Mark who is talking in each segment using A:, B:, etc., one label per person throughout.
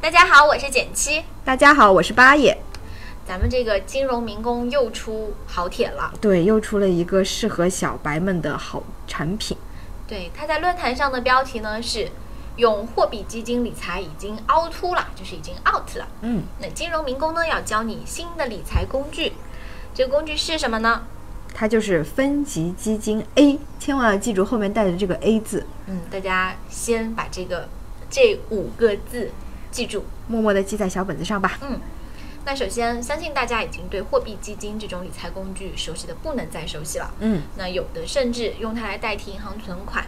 A: 大家好，我是简七。
B: 大家好，我是八也。
A: 咱们这个金融民工又出好帖了，
B: 对，又出了一个适合小白们的好产品。
A: 对，它在论坛上的标题呢是“用货币基金理财已经凹凸了”，就是已经 out 了。
B: 嗯，
A: 那金融民工呢要教你新的理财工具，这个工具是什么呢？
B: 它就是分级基金 A，千万要记住后面带着这个 A 字，
A: 嗯，大家先把这个这五个字记住。
B: 默默的记在小本子上吧。
A: 那首先，相信大家已经对货币基金这种理财工具熟悉的不能再熟悉了。
B: 嗯，
A: 那有的甚至用它来代替银行存款，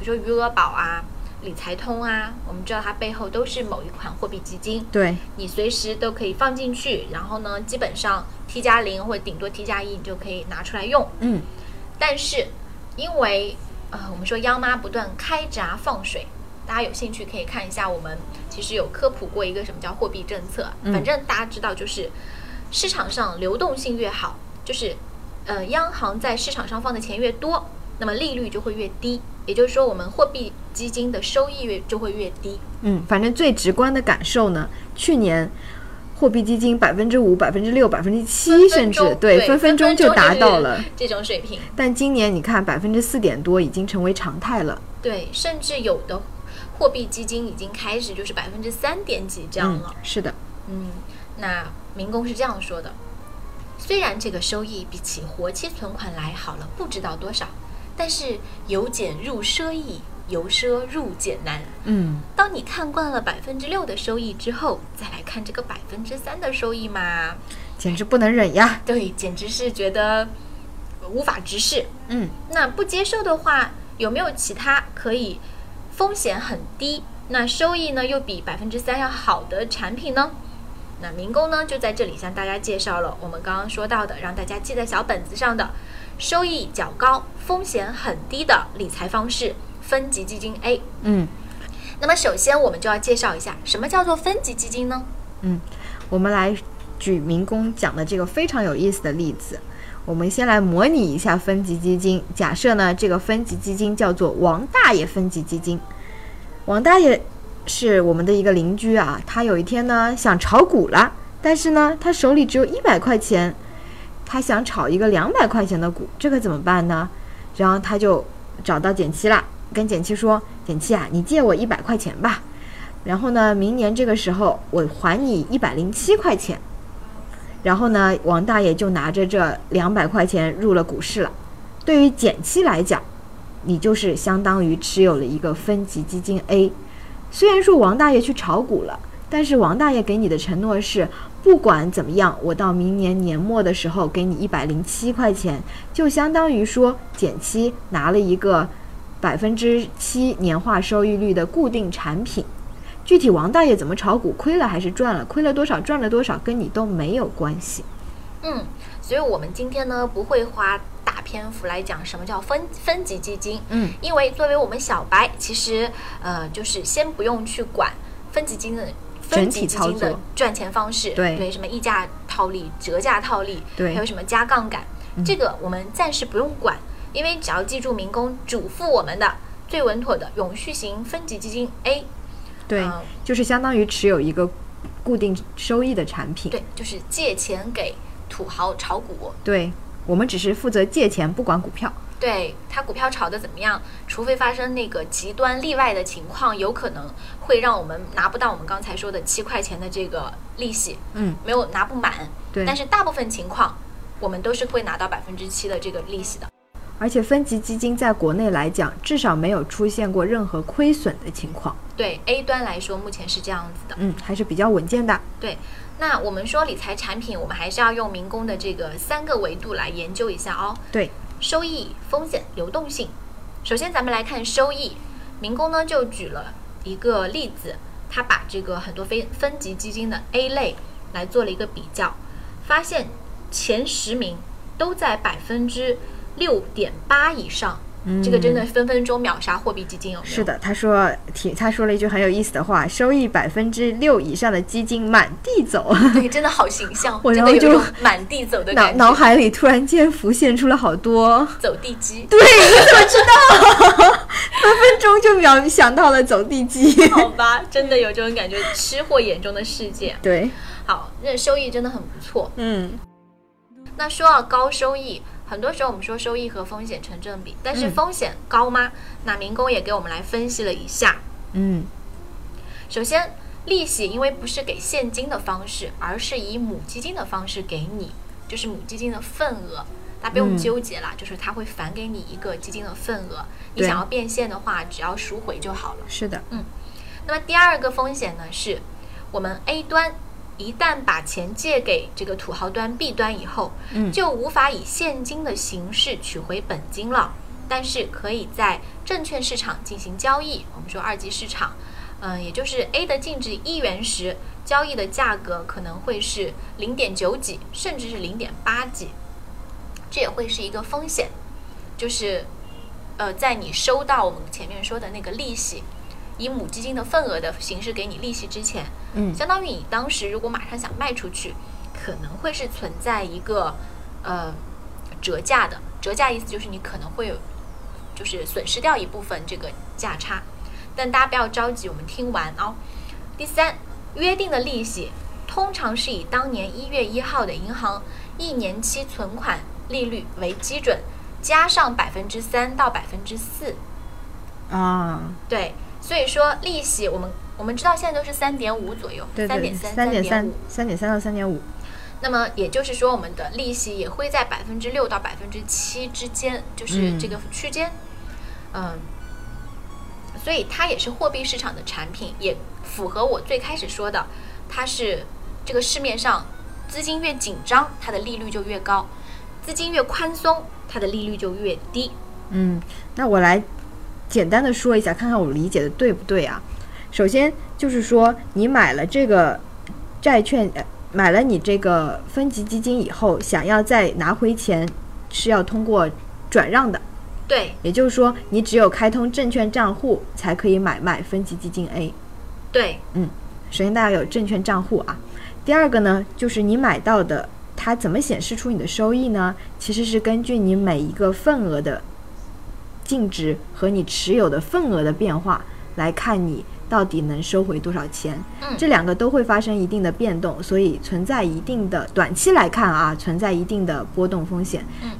A: 比如说余额宝啊、理财通啊，我们知道它背后都是某一款货币基金，
B: 对，
A: 你随时都可以放进去，然后呢，基本上 T 加零或者顶多 T 加一，你就可以拿出来用。
B: 嗯，
A: 但是因为呃，我们说央妈不断开闸放水，大家有兴趣可以看一下，我们其实有科普过一个什么叫货币政策，
B: 嗯
A: 反正大家知道就是市场上流动性越好，就是呃央行在市场上放的钱越多，那么利率就会越低，也就是说我们货币基金的收益越就会越低。
B: 嗯，反正最直观的感受呢，去年货币基金百分之五、百分之六、百分之七，
A: 分
B: 甚至
A: 钟
B: 对
A: 对
B: 分
A: 分
B: 钟
A: 分
B: 就
A: 钟
B: 达
A: 就是
B: 到了。
A: 这种水平。
B: 但今年你看，百分之四点多已经成为常态了。
A: 对，甚至有的货币基金已经开始就是百分之三点几这样
B: 嗯
A: 了。，
B: 是的，
A: 嗯那民工是这样说的：虽然这个收益比起活期存款来好了不知道多少，但是由俭入奢易，由奢入俭难。
B: 嗯，
A: 当你看惯了百分之六的收益之后，再来看这个百分之三的收益嘛，
B: 简直不能忍呀。
A: 对，简直是觉得无法直视。
B: 嗯，
A: 那不接受的话，有没有其他可以风险很低，那收益呢又比百分之三要好的产品呢？那民工呢就在这里向大家介绍了我们刚刚说到的，让大家记在小本子上的，收益较高、风险很低的理财方式——分级基金 A。
B: 嗯，
A: 那么首先我们就要介绍一下什么叫做分级基金呢？
B: 我们来举民工讲的这个非常有意思的例子。我们先来模拟一下分级基金。假设呢，这个分级基金叫做王大爷分级基金。王大爷是我们的一个邻居啊，他有一天呢想炒股了，但是呢他手里只有一百块钱，他想炒一个两百块钱的股，这个怎么办呢？然后他就找到简七啦，跟简七说：“简七啊，你借我一百块钱吧。”然后呢，明年这个时候我还你一百零七块钱。然后呢，王大爷就拿着这两百块钱入了股市了。对于减期来讲，你就是相当于持有了一个分级基金 A。虽然说王大爷去炒股了，但是王大爷给你的承诺是，不管怎么样，我到明年年末的时候给你一百零七块钱，就相当于说减期拿了一个百分之七年化收益率的固定产品。具体王大爷怎么炒股，亏了还是赚了，亏了多少，赚了多少，跟你都没有关系。
A: 嗯，所以我们今天呢不会花大篇幅来讲什么叫分分级基金，
B: 嗯，
A: 因为作为我们小白，其实呃就是先不用去管分级基金的分
B: 整
A: 级
B: 体
A: 基
B: 操
A: 金的
B: 作
A: 赚钱方式，
B: 对
A: 什么溢价套利、折价套利，
B: 对
A: 还有什么加杠杆，嗯这个我们暂时不用管，因为只要记住民工嘱咐我们的最稳妥的永续型分级基金哎 A，
B: 对
A: 啊
B: 就是相当于持有一个固定收益的产品。
A: 对，就是借钱给土豪炒股，
B: 对我们只是负责借钱，不管股票。
A: 对它股票炒得怎么样，除非发生那个极端例外的情况，有可能会让我们拿不到我们刚才说的七块钱的这个利息，
B: 嗯，
A: 没有拿不满。
B: 对
A: 但是大部分情况，我们都是会拿到百分之七的这个利息的。
B: 而且分级基金在国内来讲，至少没有出现过任何亏损的情况。
A: 对 A 端来说，目前是这样子的。
B: 嗯，还是比较稳健的。
A: 对，那我们说理财产品，我们还是要用民工的这个三个维度来研究一下哦。
B: 对，
A: 收益、风险、流动性。首先，咱们来看收益。民工呢就举了一个例子，他把这个很多分分级基金的 A 类来做了一个比较，发现前十名都在百分之六点八以上，这个真的分分钟秒杀货币基金，有没有？
B: 嗯是的，他说提他说了一句很有意思的话：收益百分之六以上的基金满地走。
A: 对，真的好形象，
B: 我
A: 真
B: 然
A: 的有
B: 后
A: 一
B: 就
A: 种满地走的
B: 脑
A: 感
B: 脑
A: 觉，
B: 海里突然间浮现出了好多，
A: 走地鸡。
B: 对，你怎么知道？分分钟就秒想到了走地鸡。
A: 好吧，真的有这种感觉，吃货眼中的世界。
B: 对，
A: 好，那收益真的很不错。
B: 嗯，
A: 那说到高收益，很多时候我们说收益和风险成正比，但是
B: 嗯
A: 风险高吗？那民工也给我们来分析了一下。
B: 嗯，
A: 首先，利息因为不是给现金的方式，而是以母基金的方式给你，就是母基金的份额。那不用
B: 嗯
A: 纠结啦，就是它会返给你一个基金的份额，你
B: 对
A: 想要变现的话，只要赎回就好了。
B: 是的，
A: 那么第二个风险呢，是我们 A 端一旦把钱借给这个土豪端、B 端以后，
B: 嗯
A: 就无法以现金的形式取回本金了，但是可以在证券市场进行交易。我们说二级市场，嗯、也就是 A 的净值一元时，交易的价格可能会是零点九几，甚至是零点八几，这也会是一个风险，就是。呃，在你收到我们前面说的那个利息，以母基金的份额的形式给你利息之前，
B: 嗯
A: 相当于你当时如果马上想卖出去，可能会是存在一个呃折价的。折价意思就是你可能会有就是损失掉一部分这个价差，但大家不要着急，我们听完哦。第三，约定的利息通常是以当年一月一号的银行一年期存款利率为基准，加上百分之三到百分之四。
B: 啊，
A: 对，所以说利息我们我们知道现在都是三点五左右，
B: 对
A: 三
B: 对，
A: 点三、
B: 三点
A: 点
B: 三
A: 五。，
B: 三点三到三点五，
A: 那么也就是说，我们的利息也会在百分之六到百分之七之间，就是
B: 嗯
A: 这个区间。嗯所以它也是货币市场的产品，也符合我最开始说的，它是这个市面上资金越紧张，它的利率就越高；资金越宽松，它的利率就越低。
B: 嗯，那我来简单的说一下，看看我理解的对不对啊？首先就是说，你买了这个债券，呃买了你这个分级基金以后，想要再拿回钱，是要通过转让的。
A: 对
B: 也就是说，你只有开通证券账户才可以买卖分级基金 A。
A: 对，
B: 首先，大家有证券账户啊。第二个呢，就是你买到的，它怎么显示出你的收益呢？其实是根据你每一个份额的净值和你持有的份额的变化来看你到底能收回多少钱。
A: 嗯
B: 这两个都会发生一定的变动，所以存在一定的短期来看啊，存在一定的波动风险。
A: 嗯，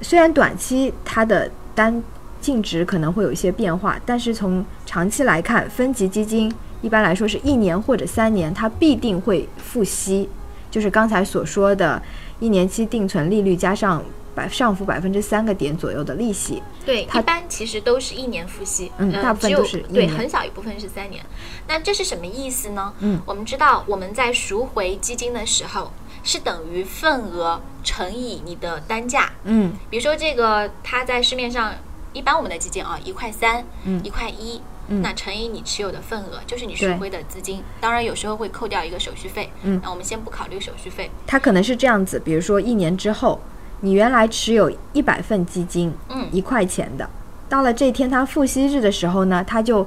B: 虽然短期它的单净值可能会有一些变化，但是从长期来看，分级基金一般来说是一年或者三年，它必定会付息，就是刚才所说的，一年期定存利率加上百上浮百分之三个点左右的利息。
A: 对，
B: 它
A: 一般其实都是一年付息，
B: 嗯
A: 呃
B: 大部分
A: 只有
B: 都是一
A: 对，
B: 年
A: 很小一部分是三年。那这是什么意思呢？
B: 嗯，
A: 我们知道我们在赎回基金的时候，是等于份额乘以你的单价。
B: 嗯
A: 比如说这个，它在市面上一般我们的基金啊，一块三，
B: 嗯
A: 一块一。
B: 嗯
A: 那乘以你持有的份额，就是你
B: 对
A: 赎回的资金。当然，有时候会扣掉一个手续费。
B: 嗯
A: 那我们先不考虑手续费。
B: 它可能是这样子，比如说一年之后，你原来持有一百份基金，
A: 嗯
B: 一块钱的，到了这天它付息日的时候呢，它就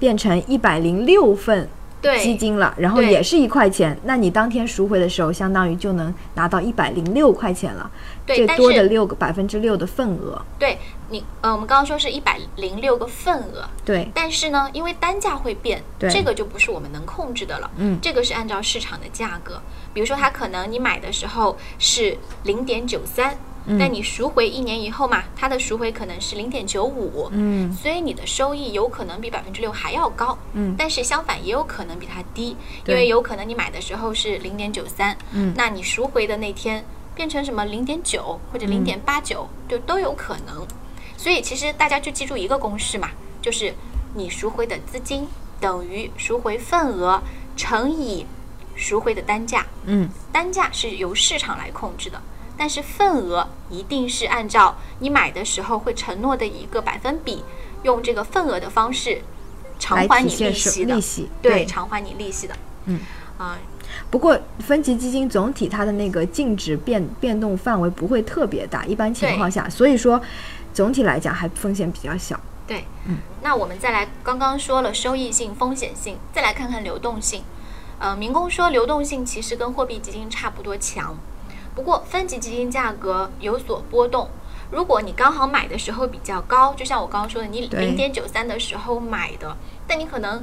B: 变成一百零六份
A: 对，
B: 基金了，然后
A: 对
B: 也是一块钱，那你当天赎回的时候，相当于就能拿到一百零六块钱了，
A: 对
B: 这
A: 但
B: 多
A: 是
B: 的六个百分之六的份额，
A: 对你，呃，我们刚刚说是一百零六个份额，
B: 对，
A: 但是呢，因为单价会变，
B: 对
A: 这个就不是我们能控制的了。
B: 嗯
A: 这个是按照市场的价格，比如说它可能你买的时候是零点九三，
B: 嗯
A: 但你赎回一年以后嘛，它的赎回可能是零点九五，
B: 嗯
A: 所以你的收益有可能比百分之六还要高，
B: 嗯
A: 但是相反也有可能比它低，因
B: 对
A: 为有可能你买的时候是零点九三，
B: 嗯
A: 那你赎回的那天变成什么零点九或
B: 嗯
A: 者零点八九，就都有可能。所以其实大家就记住一个公式嘛，就是你赎回的资金等于赎回份额乘以赎回的单价，
B: 嗯，
A: 单价是由市场来控制的。但是份额一定是按照你买的时候会承诺的一个百分比，用这个份额的方式偿
B: 来
A: 还你
B: 体
A: 利
B: 现是
A: 息的，
B: 利息。
A: 对，偿还你利息的。
B: 嗯
A: 啊、
B: 不过分级基金总体它的那个净值变变动范围不会特别大，一般情况下，所以说总体来讲还风险比较小。
A: 对，
B: 嗯
A: 那我们再来，刚刚说了收益性、风险性，再来看看流动性。呃，民工说流动性其实跟货币基金差不多强，不过分级基金价格有所波动。如果你刚好买的时候比较高，就像我刚刚说的，你
B: 对
A: 零点九三的时候买的，但你可能，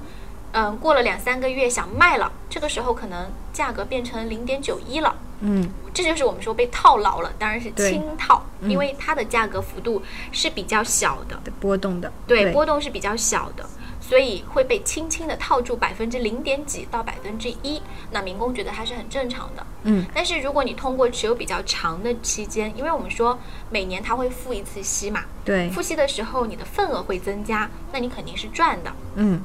A: 嗯、过了两三个月想卖了，这个时候可能价格变成零点九一了。
B: 嗯，
A: 这就是我们说被套牢了，当然是
B: 对
A: 轻套，
B: 嗯
A: 因为它的价格幅度是比较小的。
B: 波动的。
A: 对，波动是比较小的，所以会被轻轻的套住百分之零点几到百分之一。那民工觉得它是很正常的。
B: 嗯，
A: 但是如果你通过持有比较长的期间，因为我们说每年它会付一次息嘛，
B: 对，
A: 付息的时候你的份额会增加，那你肯定是赚的。
B: 嗯，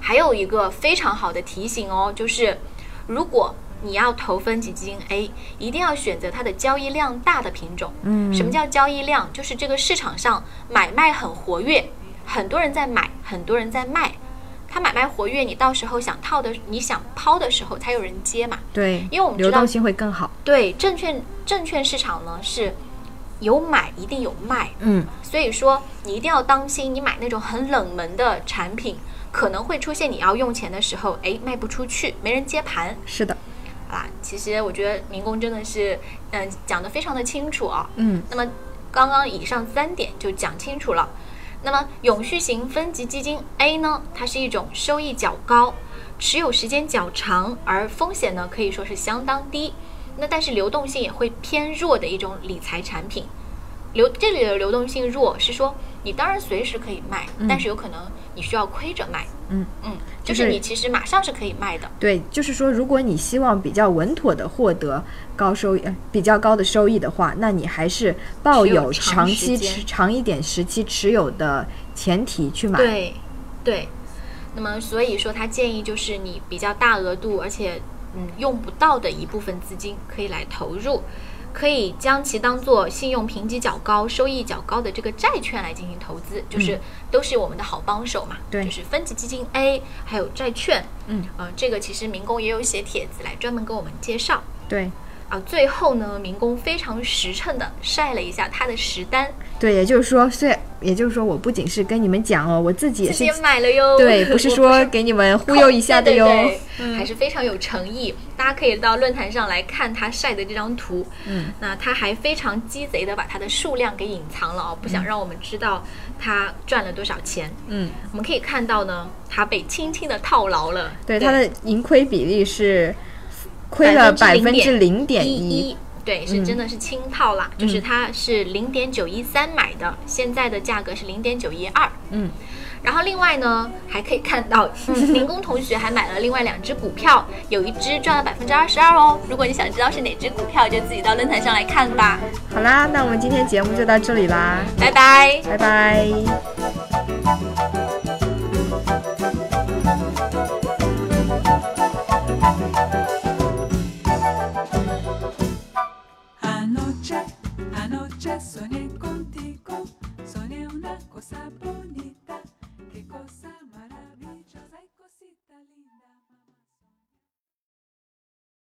A: 还有一个非常好的提醒哦，就是如果你要投分级基金 A，一定要选择它的交易量大的品种。
B: 嗯
A: 什么叫交易量？就是这个市场上买卖很活跃，很多人在买，很多人在卖。它买卖活跃，你到时候想套的，你想抛的时候才有人接嘛。
B: 对，
A: 因为我们知
B: 流
A: 道
B: 动，性会更好。
A: 对证券证券市场呢是有买一定有卖，
B: 嗯，
A: 所以说你一定要当心，你买那种很冷门的产品，可能会出现你要用钱的时候，哎，卖不出去，没人接盘
B: 是的，
A: 啊。其实我觉得民工真的是，嗯、讲得非常的清楚啊。
B: 嗯，
A: 那么刚刚以上三点就讲清楚了。那么永续型分级基金 A 呢，它是一种收益较高、持有时间较长，而风险呢可以说是相当低。那但是流动性也会偏弱的一种理财产品。流这里的流动性弱是说，你当然随时可以卖，
B: 嗯
A: 但是有可能你需要亏着卖。
B: 嗯
A: 嗯，就
B: 就是是
A: 你其实马上是可以卖的。
B: 对，就是说，如果你希望比较稳妥的获得高收益、呃比较高的收益的话，那你还是抱
A: 持有
B: 有
A: 长
B: 长
A: 时
B: 期
A: 间
B: 持长一点时期持有的前提去买。
A: 对，对。那么所以说，他建议就是你比较大额度，而且嗯用不到的一部分资金可以来投入，可以将其当做信用评级较高、收益较高的这个债券来进行投资，就是、都是我们的好帮手嘛。
B: 嗯对
A: 就是分级基金 A 还有债券，
B: 嗯，
A: 呃，这个其实民工也有写帖子来专门跟我们介绍。
B: 对
A: 啊，最后呢，民工非常实诚的晒了一下他的实单，
B: 对，也就是说，虽也就是说，我不仅是跟你们讲哦，我自己也
A: 自己
B: 是
A: 也买了哟。
B: 对，
A: 我
B: 不是说给你们忽悠一下的
A: 对
B: 哟。嗯
A: 对对还是非常有诚意。大家可以到论坛上来看他晒的这张图。
B: 嗯，
A: 那他还非常鸡贼的把它的数量给隐藏了哦，不想让我们知道他赚了多少钱。
B: 嗯，
A: 我们可以看到呢，他被轻轻的套牢了。
B: 对，它的盈亏比例是亏了百分之零点
A: 一
B: 一。
A: 一。对，是
B: 嗯
A: 真的是轻套啦，就是它是零点九一三买的，现在的价格是零点九一二。
B: 嗯，
A: 然后另外呢，还可以看到， 嗯林工同学还买了另外两只股票，有一只赚了百分之二十二哦。如果你想知道是哪只股票，就自己到论坛上来看吧。
B: 好啦，那我们今天节目就到这里啦，
A: 拜拜。
B: 拜拜。
C: Anoche, anoche soñé